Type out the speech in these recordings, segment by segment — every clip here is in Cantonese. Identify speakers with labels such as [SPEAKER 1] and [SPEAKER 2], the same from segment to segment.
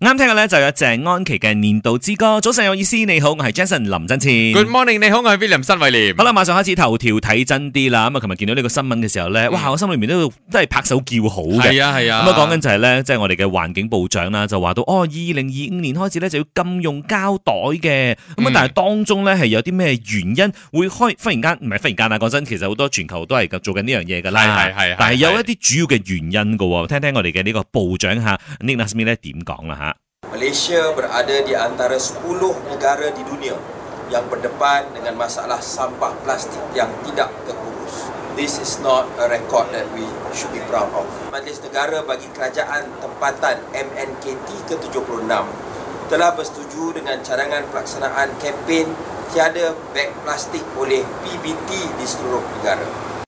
[SPEAKER 1] 啱聽嘅咧就有鄭安琪嘅年度之歌。早晨有意思，你好，我係 Jason 林振前。
[SPEAKER 2] Good morning，你好，我係 William 新偉廉。
[SPEAKER 1] 好啦，馬上開始頭條睇真啲啦。咁啊，琴日見到呢個新聞嘅時候咧，哇！我心裏面都都係拍手叫好嘅。
[SPEAKER 2] 嗯係啊係啊，
[SPEAKER 1] 咁啊，講緊就係咧，即係我哋嘅環境部長啦，就話到哦，二零二五年開始咧就要禁用膠袋嘅。咁啊
[SPEAKER 2] 嗯，
[SPEAKER 1] 但係當中咧係有啲咩原因會開忽然間唔係忽然間啊？講真，其實好多全球都係做緊呢樣嘢㗎啦。
[SPEAKER 2] 係係係係
[SPEAKER 1] 但係有一啲主要嘅原因㗎喎，聽聽我哋嘅呢個部長嚇 Nick Nazmi 咧點講啦嚇。
[SPEAKER 3] Malaysia berada di antara 10 negara di dunia yang berdepan dengan masalah sampah plastik yang tidak terurus. This is not a record that we should be proud of. Majlis Negara bagi Kerajaan Tempatan MNKT ke-76 telah bersetuju dengan cadangan pelaksanaan kempen tiada beg plastik oleh PBT di seluruh negara.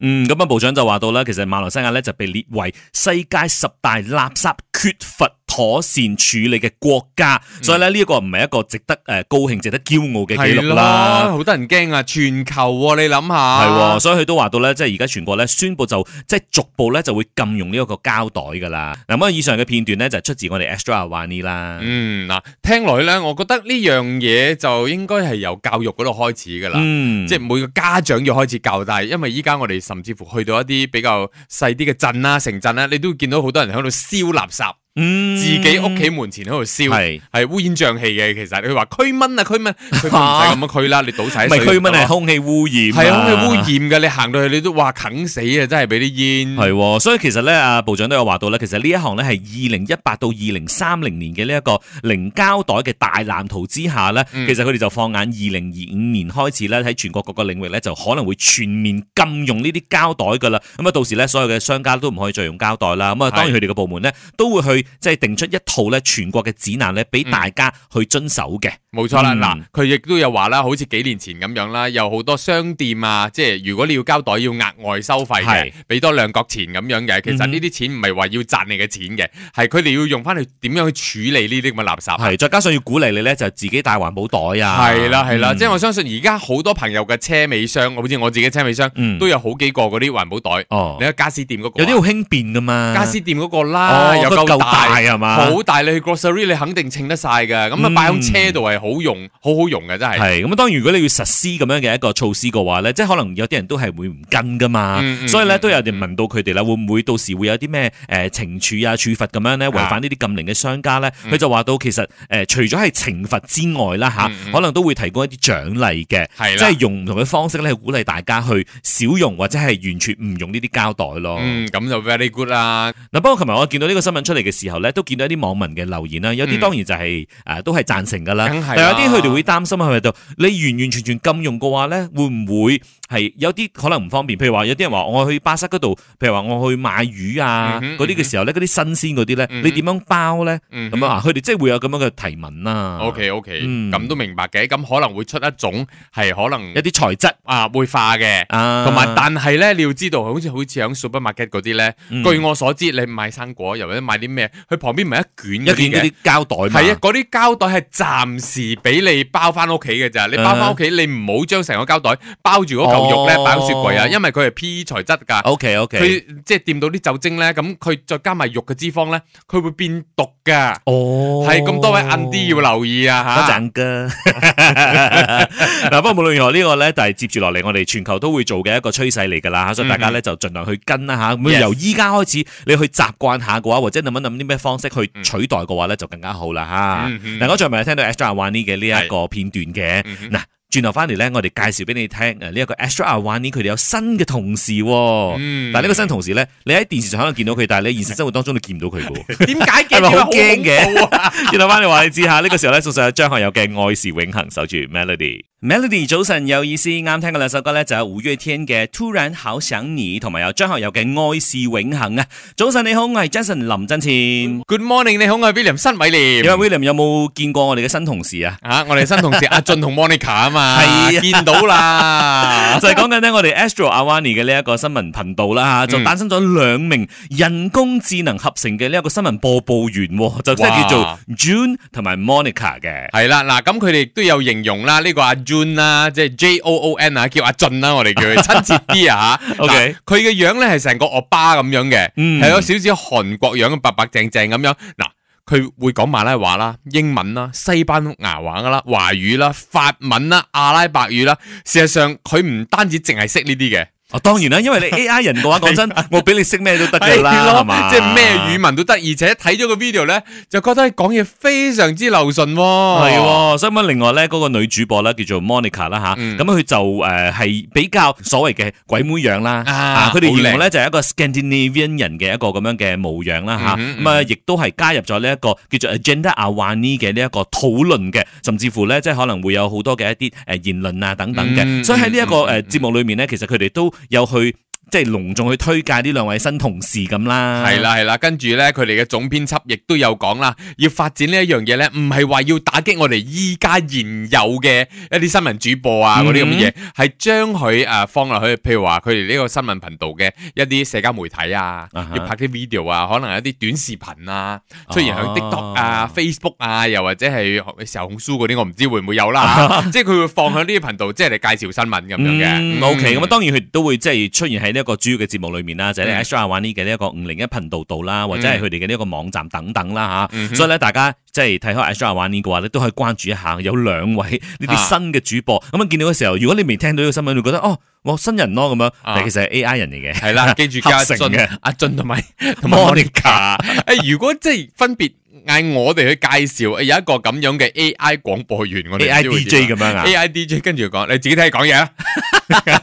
[SPEAKER 1] 嗯，咁啊，部長就話到啦，其實馬來西亞咧就被列為世界十大垃圾缺乏妥善處理嘅國家，
[SPEAKER 2] 嗯
[SPEAKER 1] 所以咧呢一個唔係一個值得誒、呃高興、值得驕傲嘅記錄
[SPEAKER 2] 係咯
[SPEAKER 1] 啦。
[SPEAKER 2] 好得人驚啊！全球喎，你諗
[SPEAKER 1] 係
[SPEAKER 2] 下，
[SPEAKER 1] 喎，所以佢都話到咧，即係而家全國咧宣布就即係逐步咧就會禁用呢一個膠袋㗎啦。嗱咁啊，以上嘅片段咧就係出自我哋 Extra Awani 啦。
[SPEAKER 2] 嗯嗱，聽落去咧，我覺得呢樣嘢就應該係由教育嗰度開始噶啦。
[SPEAKER 1] 嗯，
[SPEAKER 2] 即係每個家長要開始教，但係因為依家我哋甚至乎去到一啲比較細啲嘅鎮啦、城鎮啦，你都會見到好多人喺度燒垃圾，
[SPEAKER 1] 嗯
[SPEAKER 2] 自己屋企門前喺度燒，
[SPEAKER 1] 係
[SPEAKER 2] 係烏煙瘴氣嘅。其實佢話驅蚊啊，驅蚊， 佢唔使咁樣驅啦，你倒晒
[SPEAKER 1] 唔係
[SPEAKER 2] 喺水
[SPEAKER 1] 區
[SPEAKER 2] 就
[SPEAKER 1] 蚊
[SPEAKER 2] 得
[SPEAKER 1] 係
[SPEAKER 2] 咯
[SPEAKER 1] 空氣污染，
[SPEAKER 2] 係啊，空氣污。染嘅，你行到去你都哇啃死啊！真係俾啲煙。
[SPEAKER 1] 係喎，所以其實咧，阿部長都有話到咧，其實呢一行咧係二零一八到二零三零年嘅呢一個零膠袋嘅大藍圖之下咧，
[SPEAKER 2] 嗯
[SPEAKER 1] 其實佢哋就放眼二零二五年開始咧，喺全國各個領域咧就可能會全面禁用呢啲膠袋噶啦。咁啊，到時咧所有嘅商家都唔可以再用膠袋啦。咁啊，當然佢哋嘅部門咧都會去即係定出一套咧全國嘅指南咧，俾
[SPEAKER 2] 嗯
[SPEAKER 1] 大家去遵守嘅。
[SPEAKER 2] 冇錯啦，
[SPEAKER 1] 嗯
[SPEAKER 2] 嗱、佢亦都有話啦，好似幾年前咁樣啦，有好多商店啊，即係如果你要膠袋要額外收費
[SPEAKER 1] 係
[SPEAKER 2] 嘅，俾多兩角錢咁樣嘅。其實
[SPEAKER 1] 嗯哼
[SPEAKER 2] 呢啲錢唔係話要賺你嘅錢嘅，係佢哋要用翻去點樣去處理呢啲咁嘅垃圾。
[SPEAKER 1] 係，再加上要鼓勵你咧，就自己帶環保袋啊。
[SPEAKER 2] 係啦係啦，
[SPEAKER 1] 嗯
[SPEAKER 2] 即係我相信而家好多朋友嘅車尾箱，好似我自己車尾箱、
[SPEAKER 1] 嗯
[SPEAKER 2] 都有好幾個嗰啲環保袋。
[SPEAKER 1] 哦
[SPEAKER 2] 你，喺家私店嗰個
[SPEAKER 1] 有
[SPEAKER 2] 啊，
[SPEAKER 1] 啲好輕便噶嘛。
[SPEAKER 2] 家私店嗰個啦，
[SPEAKER 1] 哦，
[SPEAKER 2] 又
[SPEAKER 1] 佢
[SPEAKER 2] 夠
[SPEAKER 1] 夠
[SPEAKER 2] 大
[SPEAKER 1] 大。係嘛？
[SPEAKER 2] 好大，你去 grocery 你肯定稱得晒噶，咁啊
[SPEAKER 1] 嗯
[SPEAKER 2] 擺喺車度係好用，好好用嘅真係。
[SPEAKER 1] 係咁啊當然，如果你要實施咁樣嘅一個措施嘅話咧，即係可能有啲人都係會唔跟噶嘛，
[SPEAKER 2] 嗯嗯
[SPEAKER 1] 所以咧都有人
[SPEAKER 2] 嗯
[SPEAKER 1] 問到佢哋啦，會唔會到時會有啲咩誒懲處啊、處罰咁樣咧，違反呢啲禁令嘅商家咧，
[SPEAKER 2] 嗯
[SPEAKER 1] 佢、就話到其實誒、呃除咗係懲罰之外啦吓，
[SPEAKER 2] 嗯嗯
[SPEAKER 1] 可能都會提供一啲獎勵嘅，
[SPEAKER 2] 係啦
[SPEAKER 1] 即係用唔同嘅方式咧，鼓勵大家去少用或者係完全唔用呢啲膠袋咯。
[SPEAKER 2] 嗯，咁就 very good 啦。
[SPEAKER 1] 嗱，不過琴日我見到呢個新聞出嚟嘅時候咧，都見到一啲網民嘅留言啦，有啲
[SPEAKER 2] 嗯
[SPEAKER 1] 當然就係、啊都係贊成噶啦，
[SPEAKER 2] 梗係啦
[SPEAKER 1] 但有啲佢哋會擔心係咪就你完完全全禁用嘅話咧，會唔會係有啲可能唔方便？譬如話有啲人話我去巴剎嗰度，譬如話我去買魚啊
[SPEAKER 2] 嗯哼
[SPEAKER 1] 嗰啲嘅時候咧，嗰啲新鮮嗰啲咧，
[SPEAKER 2] 嗯哼
[SPEAKER 1] 你點樣包咧？
[SPEAKER 2] 嗯，
[SPEAKER 1] 咁樣啊，佢哋即係會有咁樣嘅提問啦。
[SPEAKER 2] O K O K，
[SPEAKER 1] 嗯
[SPEAKER 2] 咁都明白嘅。咁可能會出一種係可能
[SPEAKER 1] 一啲材質
[SPEAKER 2] 啊會化嘅，
[SPEAKER 1] 啊，
[SPEAKER 2] 同埋但係咧，你要知道，好似好似喺 supermarket 嗰啲咧，
[SPEAKER 1] 嗯
[SPEAKER 2] 據我所知，你買生果又或者買啲咩，佢旁邊咪一
[SPEAKER 1] 一
[SPEAKER 2] 卷嗰
[SPEAKER 1] 件
[SPEAKER 2] 啲
[SPEAKER 1] 嗰
[SPEAKER 2] 嘅
[SPEAKER 1] 啲。膠袋
[SPEAKER 2] 係啊
[SPEAKER 1] 嘛，，
[SPEAKER 2] 嗰啲膠袋係暫時俾你包翻屋企嘅咋，你包翻屋企，你唔好將成個膠袋包住嗰嚿肉咧
[SPEAKER 1] 嗯哦
[SPEAKER 2] 擺喺雪櫃啊，因為佢係 P 材質㗎。
[SPEAKER 1] ，OK OK，
[SPEAKER 2] 佢即係掂到啲酒精咧，咁佢再加埋肉嘅脂肪咧，佢會變毒㗎。
[SPEAKER 1] 哦
[SPEAKER 2] 系咁多位暗啲要留意啊
[SPEAKER 1] 多
[SPEAKER 2] 吓。
[SPEAKER 1] 陣噶。嗱，不過無論如何呢個咧，就係接住落嚟，我哋全球都會做嘅一個趨勢嚟㗎啦，所以大家咧就盡量去跟啦嚇。咁
[SPEAKER 2] Yes
[SPEAKER 1] 由依家開始，你去習慣下嘅話，或者諗一諗啲咩方式去取代嘅話咧，就更加好啦
[SPEAKER 2] 嗯嗯
[SPEAKER 1] 嚇。嗱，我最咪聽到 Extra Awani 嘅呢一個片段嘅
[SPEAKER 2] 嗯哼
[SPEAKER 1] 嗱。轉頭翻嚟咧，我哋介紹俾你聽，誒呢一個 Extra Awani 佢哋有新嘅同事喎，
[SPEAKER 2] 嗯
[SPEAKER 1] 但係呢個新同事咧，你喺電視上可能見到佢，但係你現實生活當中你見唔到佢嘅喎。
[SPEAKER 2] 点解
[SPEAKER 1] 係
[SPEAKER 2] 嘅？
[SPEAKER 1] 咪好
[SPEAKER 2] 因為好
[SPEAKER 1] 驚嘅
[SPEAKER 2] 恐怖啊？
[SPEAKER 1] 轉頭翻嚟話你知下，呢、個時候咧送上張學友嘅《愛是永恆》，守住 Melody。Melody 早晨有意思，啱聽嘅兩首歌咧就有五月天嘅《突然好想你》，同埋有張學友嘅《愛是永恆》啊！早晨你好，我係 Jason 林振前。
[SPEAKER 2] Good morning，你好，我系 William 新伟
[SPEAKER 1] 有
[SPEAKER 2] 廉。
[SPEAKER 1] 位 William 有冇見過我哋嘅新同事啊？
[SPEAKER 2] 啊，我哋新同事阿俊同 Monica 啊嘛，
[SPEAKER 1] 係啊
[SPEAKER 2] 见到 啦。
[SPEAKER 1] 就係講緊呢，我哋 Astro Awani 嘅呢一個新聞頻道啦吓，就誕生咗兩名人工智能合成嘅呢一個新聞播報員喎，就即係叫做
[SPEAKER 2] 哇
[SPEAKER 1] June 同埋 Monica 嘅。
[SPEAKER 2] 系啦，嗱，咁佢哋亦都有形容啦，呢個阿 Jun 啦，即係 J O O N 啊，叫阿俊啦，我哋 叫佢親切啲啊吓。
[SPEAKER 1] OK
[SPEAKER 2] 嗱佢嘅樣咧係成個惡巴咁樣嘅，
[SPEAKER 1] 嗯
[SPEAKER 2] 係有少少韓國樣，白白淨淨咁樣。嗱，佢會講馬拉話啦、英文啦、西班牙話啦、華語啦、法文啦、阿拉伯語啦。事實上，佢唔單止淨係識呢啲嘅。
[SPEAKER 1] 哦，當然啦，因為你 A I 人嘅話，講真，我俾你識咩都得㗎
[SPEAKER 2] 係
[SPEAKER 1] 啦，係嘛？
[SPEAKER 2] 咯，即係咩語文都得，而且睇咗個 video 咧，就覺得佢講嘢非常之流順喎。
[SPEAKER 1] 系喎，所以咁另外咧，嗰個女主播咧叫做 Monica 啦吓，咁佢就誒係比較所謂嘅鬼妹樣啦，
[SPEAKER 2] 啊
[SPEAKER 1] 啊佢哋形容
[SPEAKER 2] 好
[SPEAKER 1] 咧就係一個 Scandinavian 人嘅一個咁樣嘅模樣啦吓，
[SPEAKER 2] 嗯哼
[SPEAKER 1] 咁啊亦都係加入咗呢一個叫做 Agenda Awani 嘅呢一個討論嘅，甚至乎咧即係可能會有好多嘅一啲誒言論啊等等嘅，
[SPEAKER 2] 嗯
[SPEAKER 1] 所以喺呢一個
[SPEAKER 2] 嗯嗯
[SPEAKER 1] 誒節目裏面咧，其實佢哋都有去即係隆重去推介呢兩位新同事咁啦，
[SPEAKER 2] 係。啦係啦，跟住咧，佢哋嘅總編輯亦都有講啦，要發展呢一樣嘢咧，唔係話要打擊我哋依家現有嘅一啲新聞主
[SPEAKER 1] 嗯
[SPEAKER 2] 播啊嗰啲咁嘅嘢，係將佢誒放落去，譬如話佢哋呢個新聞頻道嘅一啲社交媒體啊，
[SPEAKER 1] 啊哈
[SPEAKER 2] 要拍啲 video 啊，可能有一啲短視頻啊，雖然響 TikTok 啊
[SPEAKER 1] 哦、
[SPEAKER 2] Facebook 啊，又或者係小紅書嗰啲，我唔知會唔會有 啦，即係佢會放響呢啲頻道，即係嚟介紹新聞咁樣嘅。
[SPEAKER 1] O K，咁啊，
[SPEAKER 2] 嗯
[SPEAKER 1] 當然佢都會即係出現喺呢一個主要嘅節目裏面啦，就係
[SPEAKER 2] 嗯
[SPEAKER 1] H R 玩呢嘅呢一個五零一頻道度啦，或者係佢哋嘅呢一個網站等等啦
[SPEAKER 2] 嗯
[SPEAKER 1] 吓。
[SPEAKER 2] 哼
[SPEAKER 1] 所以咧，大家即係睇開 H R 玩呢嘅話咧，都可以關注一下，有兩位呢啲
[SPEAKER 2] 啊
[SPEAKER 1] 新嘅主播。咁啊，見到嘅時候，如果你未聽到呢個新聞，你會覺得哦，我新人咯咁樣，
[SPEAKER 2] 啊
[SPEAKER 1] 但其實係 A I 人嚟嘅。
[SPEAKER 2] 係啦，記住加阿
[SPEAKER 1] 合成嘅
[SPEAKER 2] 俊、阿俊同埋同埋
[SPEAKER 1] Monica，
[SPEAKER 2] 誒，如果即係分別嗌我哋去介紹，誒有一個咁樣嘅 AI 廣播員，我哋
[SPEAKER 1] AI DJ 咁樣啊
[SPEAKER 2] AI DJ 跟住講，你自己睇佢講 嘢啊，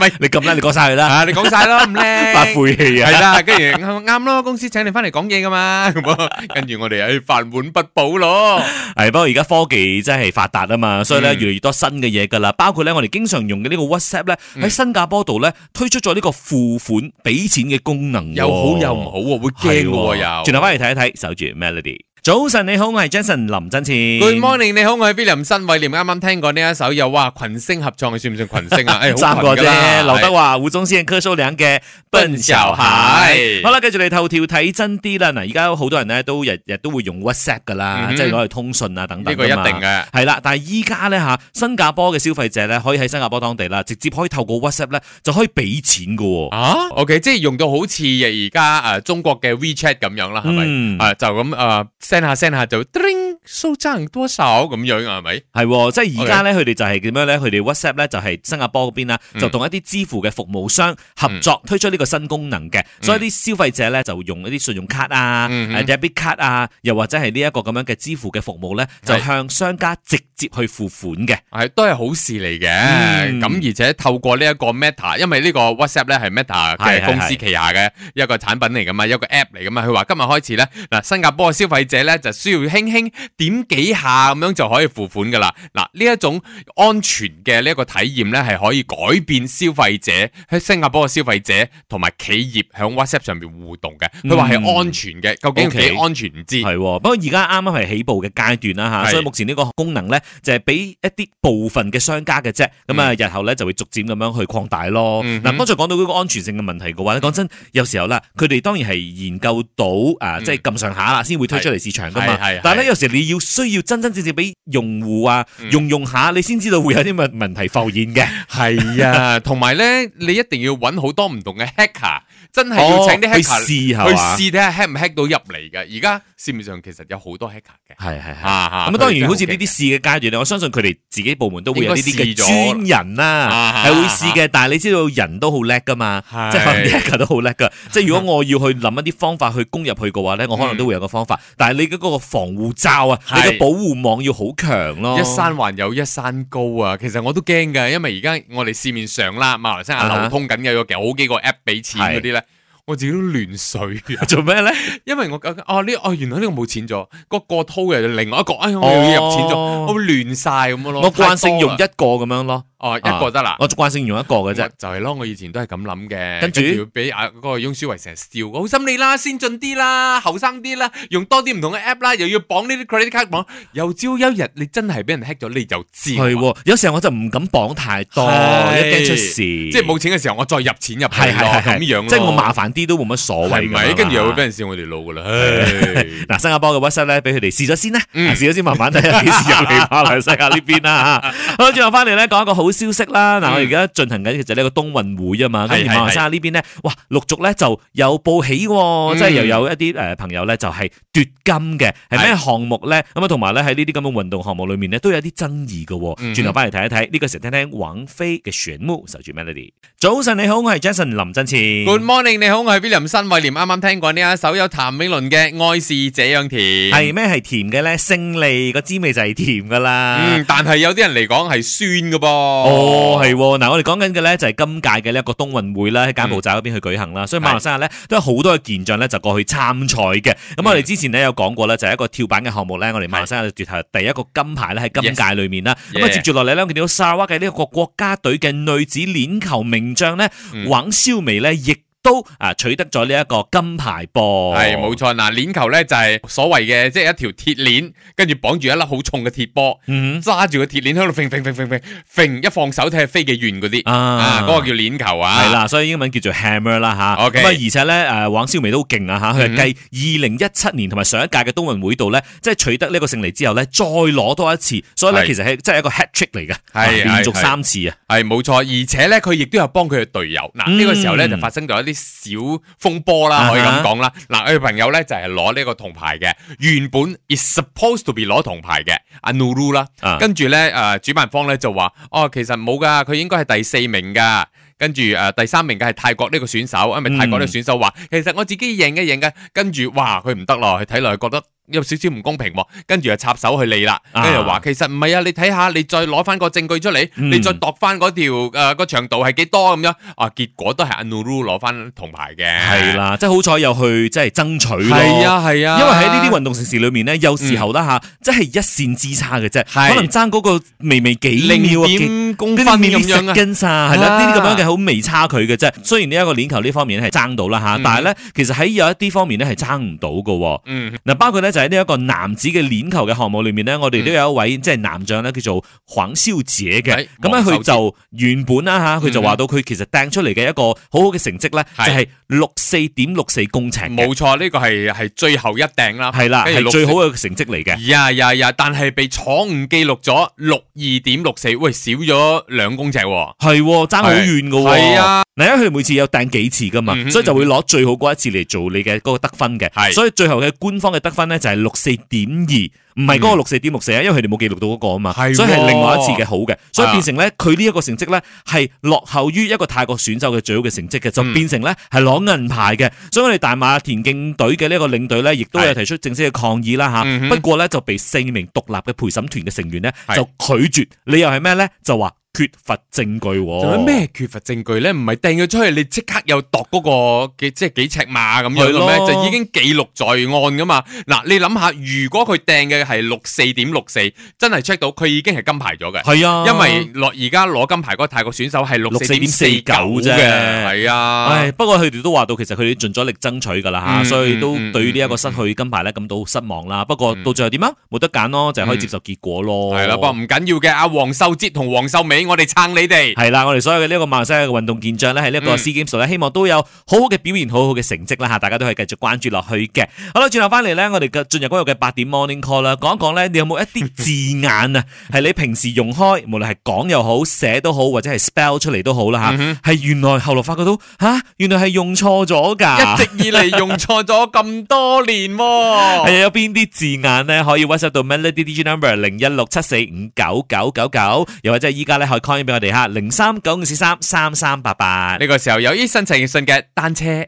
[SPEAKER 2] 咪
[SPEAKER 1] 你咁啦，你講晒佢啦，
[SPEAKER 2] 啊，你講晒啦，唔叻，
[SPEAKER 1] 發晦氣
[SPEAKER 2] 係
[SPEAKER 1] 啊！
[SPEAKER 2] 啦，跟住啱啱咯，公司請你翻嚟講嘢噶嘛，咁啊，跟住我哋誒飯碗不保咯，
[SPEAKER 1] 係，不過而家科技真係發達啊嘛，所以咧
[SPEAKER 2] 嗯
[SPEAKER 1] 越嚟越多新嘅嘢㗎啦，包括咧我哋經常用嘅呢個 WhatsApp 咧，
[SPEAKER 2] 嗯
[SPEAKER 1] 喺新加坡度咧推出咗呢個付款俾錢嘅功能喎，
[SPEAKER 2] 有好有唔好喎，會驚嘅喎又。
[SPEAKER 1] 轉頭翻嚟睇一睇，守住 Melody。早晨你好，我係 Jason 林振前。
[SPEAKER 2] Good morning，你好，我係 William 新偉廉，啱啱聽過呢一首又哇群星合唱，算唔算群星啊？誒，好
[SPEAKER 1] 三個
[SPEAKER 2] 群㗎啦
[SPEAKER 1] 啫，劉德華、胡宗憲、柯受良嘅《笨小孩》。
[SPEAKER 2] 笨小孩
[SPEAKER 1] 好啦，繼續嚟頭條睇真啲啦。嗱，而家好多人咧都日日都會用 WhatsApp 噶啦，
[SPEAKER 2] 嗯哼
[SPEAKER 1] 即係攞嚟通訊啊等等
[SPEAKER 2] 呢個一定
[SPEAKER 1] 㗎嘛
[SPEAKER 2] 嘅。
[SPEAKER 1] 係啦，但係依家咧嚇，新加坡嘅消費者咧可以喺新加坡當地啦，直接可以透過 WhatsApp 咧就可以俾錢嘅喎。
[SPEAKER 2] 啊，OK，即係用到好似而家誒中國嘅 WeChat 咁樣啦，係咪？
[SPEAKER 1] 嗯
[SPEAKER 2] 啊，就咁誒 send 下 send 下就叮收爭多少咁樣係咪？
[SPEAKER 1] 係喎，即係而家咧，佢哋就係點樣咧？佢哋 WhatsApp 咧就係新加坡嗰邊啦，
[SPEAKER 2] 嗯
[SPEAKER 1] 就同一啲支付嘅服務商合作推出呢個新功能嘅，所以啲消費者咧就用一啲信用卡啊、
[SPEAKER 2] 嗯嗯
[SPEAKER 1] 誒 debit 卡啊，又或者係呢一個咁樣嘅支付嘅服務咧，就
[SPEAKER 2] 係
[SPEAKER 1] 向商家直接去付款嘅。
[SPEAKER 2] 係都係好事嚟嘅，
[SPEAKER 1] 嗯
[SPEAKER 2] 咁、而且透過呢一個 Meta，因為呢個 WhatsApp 咧係
[SPEAKER 1] 係
[SPEAKER 2] Meta
[SPEAKER 1] 係
[SPEAKER 2] 嘅公司旗下嘅一個產品嚟噶嘛，一個 app 嚟噶嘛。佢話今日開始咧，嗱新加坡嘅消費者咧就需要輕輕點幾下咁樣就可以付款噶啦。嗱呢一種安全嘅呢一個體驗咧係可以改變消費者喺新加坡嘅消費者同埋企業喺 WhatsApp 上面互動嘅。佢話係安全嘅，究竟有
[SPEAKER 1] 嗯 OK
[SPEAKER 2] 幾安全唔知。
[SPEAKER 1] 係喎，不過而家啱啱係起步嘅階段啦嚇，
[SPEAKER 2] 係
[SPEAKER 1] 所以目前呢個功能咧就係俾一啲部分嘅商家嘅啫，咁啊日後咧就會逐漸咁樣去擴大咯。
[SPEAKER 2] 嗯
[SPEAKER 1] 嗱，剛才講到嗰個安全性嘅問題嘅話咧，講真，有時候啦，佢哋當然係研究到啊，即係咁上下啦，先會推出嚟市場噶嘛
[SPEAKER 2] 嗯係係係。
[SPEAKER 1] 但係咧，有時你要需要真真正正俾用戶啊
[SPEAKER 2] 嗯
[SPEAKER 1] 用用下，你先知道會有啲乜問題浮現嘅。
[SPEAKER 2] 係啊， 同埋咧，你一定要揾好多唔同嘅 hacker，真係
[SPEAKER 1] 哦
[SPEAKER 2] 要請啲
[SPEAKER 1] 去
[SPEAKER 2] hacker
[SPEAKER 1] 試係
[SPEAKER 2] 去
[SPEAKER 1] 嘛
[SPEAKER 2] 試睇下 hack 唔 hack 到入嚟嘅。而家市面上其實有好多 hacker 嘅，
[SPEAKER 1] 係係係。
[SPEAKER 2] 嚇嚇
[SPEAKER 1] 咁啊，當然好似呢啲試嘅階段咧，我相信佢哋自己部門都會有呢啲嘅
[SPEAKER 2] 應該試咗
[SPEAKER 1] 專人啦，
[SPEAKER 2] 啊
[SPEAKER 1] 係會試嘅。但係你知道人都好叻噶嘛，
[SPEAKER 2] 係
[SPEAKER 1] 即係可能 hacker 都好叻 噶。即係如果我要去諗一啲方法去攻入去嘅話咧，我可能都會有個方法。但係你嘅嗰個防護罩啊，你
[SPEAKER 2] 嗯係
[SPEAKER 1] 嘅保護網要好強咯。
[SPEAKER 2] 一山還有一山高啊！其實我都驚㗎，因為而家我哋市面上啦，馬來西
[SPEAKER 1] 啊
[SPEAKER 2] 亞
[SPEAKER 1] 哈
[SPEAKER 2] 流通緊嘅有好幾個 app 俾錢
[SPEAKER 1] 係
[SPEAKER 2] 嗰啲咧，我自己都亂水啊！
[SPEAKER 1] 做咩咧？
[SPEAKER 2] 因為我覺得哦呢哦原來呢個冇錢咗，個過掏嘅就另外一個，哎呀我又要入錢咗，
[SPEAKER 1] 哦
[SPEAKER 2] 我會亂晒咁樣咯。
[SPEAKER 1] 我慣性用一啊
[SPEAKER 2] 太多啦
[SPEAKER 1] 個咁樣咯，
[SPEAKER 2] 哦一個得啦。
[SPEAKER 1] 我慣性用一個嘅啫
[SPEAKER 2] 我。就係咯，我以前都係咁諗嘅，
[SPEAKER 1] 跟住
[SPEAKER 2] 要俾啊嗰個翁舒維成日笑，好心你啦，先進啲啦，後生啲啦，用多啲唔同嘅 app 啦，又要綁呢啲 credit card 綁，有朝一日你真係俾人 hack 咗，你就知
[SPEAKER 1] 係喎，有時候我就唔敢綁太多，
[SPEAKER 2] 係
[SPEAKER 1] 一驚出事。
[SPEAKER 2] 即
[SPEAKER 1] 即
[SPEAKER 2] 係冇錢嘅時候，我再入錢入去
[SPEAKER 1] 係係
[SPEAKER 2] 咯
[SPEAKER 1] 係，係
[SPEAKER 2] 咁樣咯
[SPEAKER 1] 即係我麻煩啲都冇乜所謂
[SPEAKER 2] 係
[SPEAKER 1] 㗎
[SPEAKER 2] 咪？
[SPEAKER 1] 嘛
[SPEAKER 2] 跟住又會俾人笑我哋老噶 啦，唉
[SPEAKER 1] 嗱，新加坡嘅 WhatsApp 咧，俾佢哋試咗先啦，
[SPEAKER 2] 嗯
[SPEAKER 1] 試咗先慢慢睇下幾時入嚟馬來西亞呢邊啦嚇。好，轉頭翻嚟咧，講一個好消息啦！嗱，我而家進行緊其實呢個冬運會啊嘛，跟住
[SPEAKER 2] 係係
[SPEAKER 1] 馬來西亞呢邊咧，哇，陸續咧就有報喜喎，
[SPEAKER 2] 嗯
[SPEAKER 1] 即係又有一啲誒朋友咧就係奪金嘅，係咩項目咧？咁啊，同埋咧喺呢啲咁嘅運動項目裏面咧，都有啲爭議嘅喎。
[SPEAKER 2] 嗯
[SPEAKER 1] 轉頭翻嚟睇一睇，呢個時候聽聽王菲嘅《旋木》，守住 Melody。早晨你好，我係 Jason 林振前。
[SPEAKER 2] Good morning，你好，我系 William 新伟廉，啱啱聽過呢一首有譚詠麟嘅《愛是這樣甜》，
[SPEAKER 1] 係咩係甜嘅咧？勝利個滋味就係甜噶啦。
[SPEAKER 2] 嗯，但係有啲人嚟講係酸嘅噃。
[SPEAKER 1] 哦，
[SPEAKER 2] 嗯
[SPEAKER 1] 係喎，嗱，我哋講緊嘅咧就係今屆嘅呢一個冬運會啦，喺柬埔寨嗰邊去舉行啦，所以馬來西亞咧都有好多嘅健將咧就過去參賽嘅。咁我哋
[SPEAKER 2] 嗯
[SPEAKER 1] 之前咧有講過咧，就係一個跳板嘅項目咧，我哋馬來西亞奪下第一個金牌咧喺今屆裏面啦。咁啊
[SPEAKER 2] Yeah
[SPEAKER 1] 接住落嚟咧，我見到沙瓦嘅呢一個國家隊嘅女子鏈球名將咧，
[SPEAKER 2] 嗯
[SPEAKER 1] 尹肖薇咧亦都啊取得咗呢一個金牌噃。
[SPEAKER 2] 係冇錯嗱，鏈球咧就係所謂嘅，即係一條鐵鏈，跟住綁住一粒好重嘅鐵波，
[SPEAKER 1] 嗯
[SPEAKER 2] 揸住個鐵鏈喺度揈揈揈揈揈揈，一放手睇係飛幾遠嗰啲
[SPEAKER 1] 啊
[SPEAKER 2] 啊，嗰個叫鏈球啊，
[SPEAKER 1] 系，啦，所以英文叫做 hammer 啦吓。
[SPEAKER 2] OK 嗯
[SPEAKER 1] 咁啊，而且咧誒，黃少薇都好勁啊吓，佢係繼二零一七年同埋上一屆嘅冬運會度咧，即係取得呢個勝利之後咧，再攞多一次，所以咧
[SPEAKER 2] 係
[SPEAKER 1] 其實係即係一個 hat trick 嚟嘅，啊
[SPEAKER 2] 係係
[SPEAKER 1] 連續
[SPEAKER 2] 係
[SPEAKER 1] 三次啊。
[SPEAKER 2] 係冇錯，而且咧佢亦都有幫佢嘅隊友嗱，呢個時候咧
[SPEAKER 1] 嗯
[SPEAKER 2] 就發生咗一啲小風波
[SPEAKER 1] 啊哈
[SPEAKER 2] 啦，可以咁講啦。嗱，佢朋友咧就係攞呢個銅牌嘅，原本 is supposed to be 攞銅牌嘅阿 Nuru 啦
[SPEAKER 1] 啊，
[SPEAKER 2] 跟住咧誒主辦方咧就話哦，其實冇㗎，佢應該係第四名㗎。跟住誒、呃第三名嘅係泰國呢個選手，
[SPEAKER 1] 嗯
[SPEAKER 2] 因為泰國呢個選手話、其實我自己贏嘅贏嘅，跟住哇佢唔得咯，佢睇落去覺得有少少唔公平喎，跟住就插手去理啦，
[SPEAKER 1] 啊
[SPEAKER 2] 跟住話其實唔係啊，你睇下你再攞翻個證據出嚟，
[SPEAKER 1] 嗯
[SPEAKER 2] 你再度翻嗰條誒個長度係幾多咁樣啊，結果都係 Anuru 攞翻銅牌嘅，
[SPEAKER 1] 係，啦，即係好彩有去即係爭取咯。
[SPEAKER 2] 係啊係啊，
[SPEAKER 1] 因為喺呢啲運動城市裏面咧，有時候啦吓，即係一線之差嘅啫，
[SPEAKER 2] 係
[SPEAKER 1] 可能爭嗰個微微幾秒啊，
[SPEAKER 2] 零
[SPEAKER 1] 幾
[SPEAKER 2] 點公分咁樣啊。
[SPEAKER 1] 跟晒係啦，
[SPEAKER 2] 啊
[SPEAKER 1] 呢啲咁樣嘅好微差距嘅啫。雖然呢一個鏈球呢方面係爭到啦吓，
[SPEAKER 2] 嗯
[SPEAKER 1] 但係咧其實喺有一啲方面咧係爭唔到嘅喎。
[SPEAKER 2] 嗯，
[SPEAKER 1] 嗱，包括咧就喺呢一個男子嘅鏈球嘅項目裏面咧，我
[SPEAKER 2] 嗯
[SPEAKER 1] 哋都有一位即係男將咧叫做黃少姐嘅
[SPEAKER 2] 係，
[SPEAKER 1] 咁咧
[SPEAKER 2] 黃
[SPEAKER 1] 佢
[SPEAKER 2] 少嗯
[SPEAKER 1] 就原本啦吓，佢就話到佢其實掟出嚟嘅一個好好嘅成績咧，
[SPEAKER 2] 係
[SPEAKER 1] 就係六四點六四公尺嘅，
[SPEAKER 2] 冇錯，呢個係係最後一頂啦，
[SPEAKER 1] 係啦，
[SPEAKER 2] 跟住
[SPEAKER 1] 係
[SPEAKER 2] 六
[SPEAKER 1] 最好嘅成績嚟嘅。
[SPEAKER 2] 呀呀呀！但係被廠誤記錄咗六二點六四，喂，少咗兩公尺喎。
[SPEAKER 1] 係喎，爭好遠嘅喎。
[SPEAKER 2] 係啊，
[SPEAKER 1] 嗱，因為佢每次有掟幾次噶嘛，
[SPEAKER 2] 嗯哼嗯
[SPEAKER 1] 所以就會攞最好嗰一次嚟做你嘅嗰個得分嘅。
[SPEAKER 2] 係
[SPEAKER 1] 所以最後嘅官方嘅得分咧就係六四點二，唔係嗰個六四點六四啊，因為佢哋冇記錄到嗰個啊嘛，
[SPEAKER 2] 嗯係喎
[SPEAKER 1] 所以係另外一次嘅好嘅，所以
[SPEAKER 2] 啊
[SPEAKER 1] 變成咧佢呢一個成績咧係落後於一個泰國選手嘅最好嘅成績嘅，就
[SPEAKER 2] 嗯
[SPEAKER 1] 變成咧係攞銀牌嘅。所以我哋大馬田徑隊嘅呢一個領隊咧，亦都有
[SPEAKER 2] 係
[SPEAKER 1] 提出正式嘅抗議啦
[SPEAKER 2] 嗯
[SPEAKER 1] 吓。
[SPEAKER 2] 哼
[SPEAKER 1] 不過咧就被四名獨立嘅陪審團嘅成員咧
[SPEAKER 2] 係
[SPEAKER 1] 就拒絕，理由係咩咧？就話缺乏證據喎。
[SPEAKER 2] 仲有咩缺乏證據咧？唔係掟咗出去，你即刻又度嗰、個幾即係幾尺碼咁樣
[SPEAKER 1] 係
[SPEAKER 2] 嘅
[SPEAKER 1] 咯
[SPEAKER 2] 咩？就已經記錄在案噶嘛。嗱，你諗下，如果佢掟嘅係六四點六四，真係 check 到佢已經係金牌咗嘅。
[SPEAKER 1] 係啊，
[SPEAKER 2] 因為落而家攞金牌嗰個泰國選手係六四點四九
[SPEAKER 1] 64.49
[SPEAKER 2] 嘅，係啊，
[SPEAKER 1] 唉，不過佢哋都話到，其實佢哋盡咗力爭取㗎啦吓，
[SPEAKER 2] 嗯
[SPEAKER 1] 所以都
[SPEAKER 2] 嗯嗯
[SPEAKER 1] 對呢一個失去金牌咧感到失望啦。不過到最後點啊？冇得揀咯，就係可以接受結果咯。
[SPEAKER 2] 嗯係啦，不過唔緊要嘅。阿黃秀哲同黃秀美，我哋撐你哋。
[SPEAKER 1] 係啦，我哋所有嘅呢一個馬來西亞嘅運動健將咧，喺呢一個
[SPEAKER 2] 嗯
[SPEAKER 1] SEA Games 咧，希望都有好好嘅表現，好好嘅成績啦嚇，大家都係繼續關注落去嘅。好啦，轉頭翻嚟咧，我哋嘅進入嗰日嘅八點 Morning Call 啦，講一講咧，你有冇一啲字眼啊，係你平時用開，無論係講又好、寫都好，或者係 spell 出嚟都好啦嚇，係原來後來發覺到嚇，原來係用錯咗㗎。
[SPEAKER 2] 一直以嚟用錯咗咁多年喎、
[SPEAKER 1] 係啊，有邊啲字眼咧可以 WhatsApp 到 Melody DJ number 零一六七四五九九九九，又或者係依家咧可以 call in 俾我哋吓零三九五四三三三八八。
[SPEAKER 2] 呢個時候有 Eason 陳奕迅嘅單車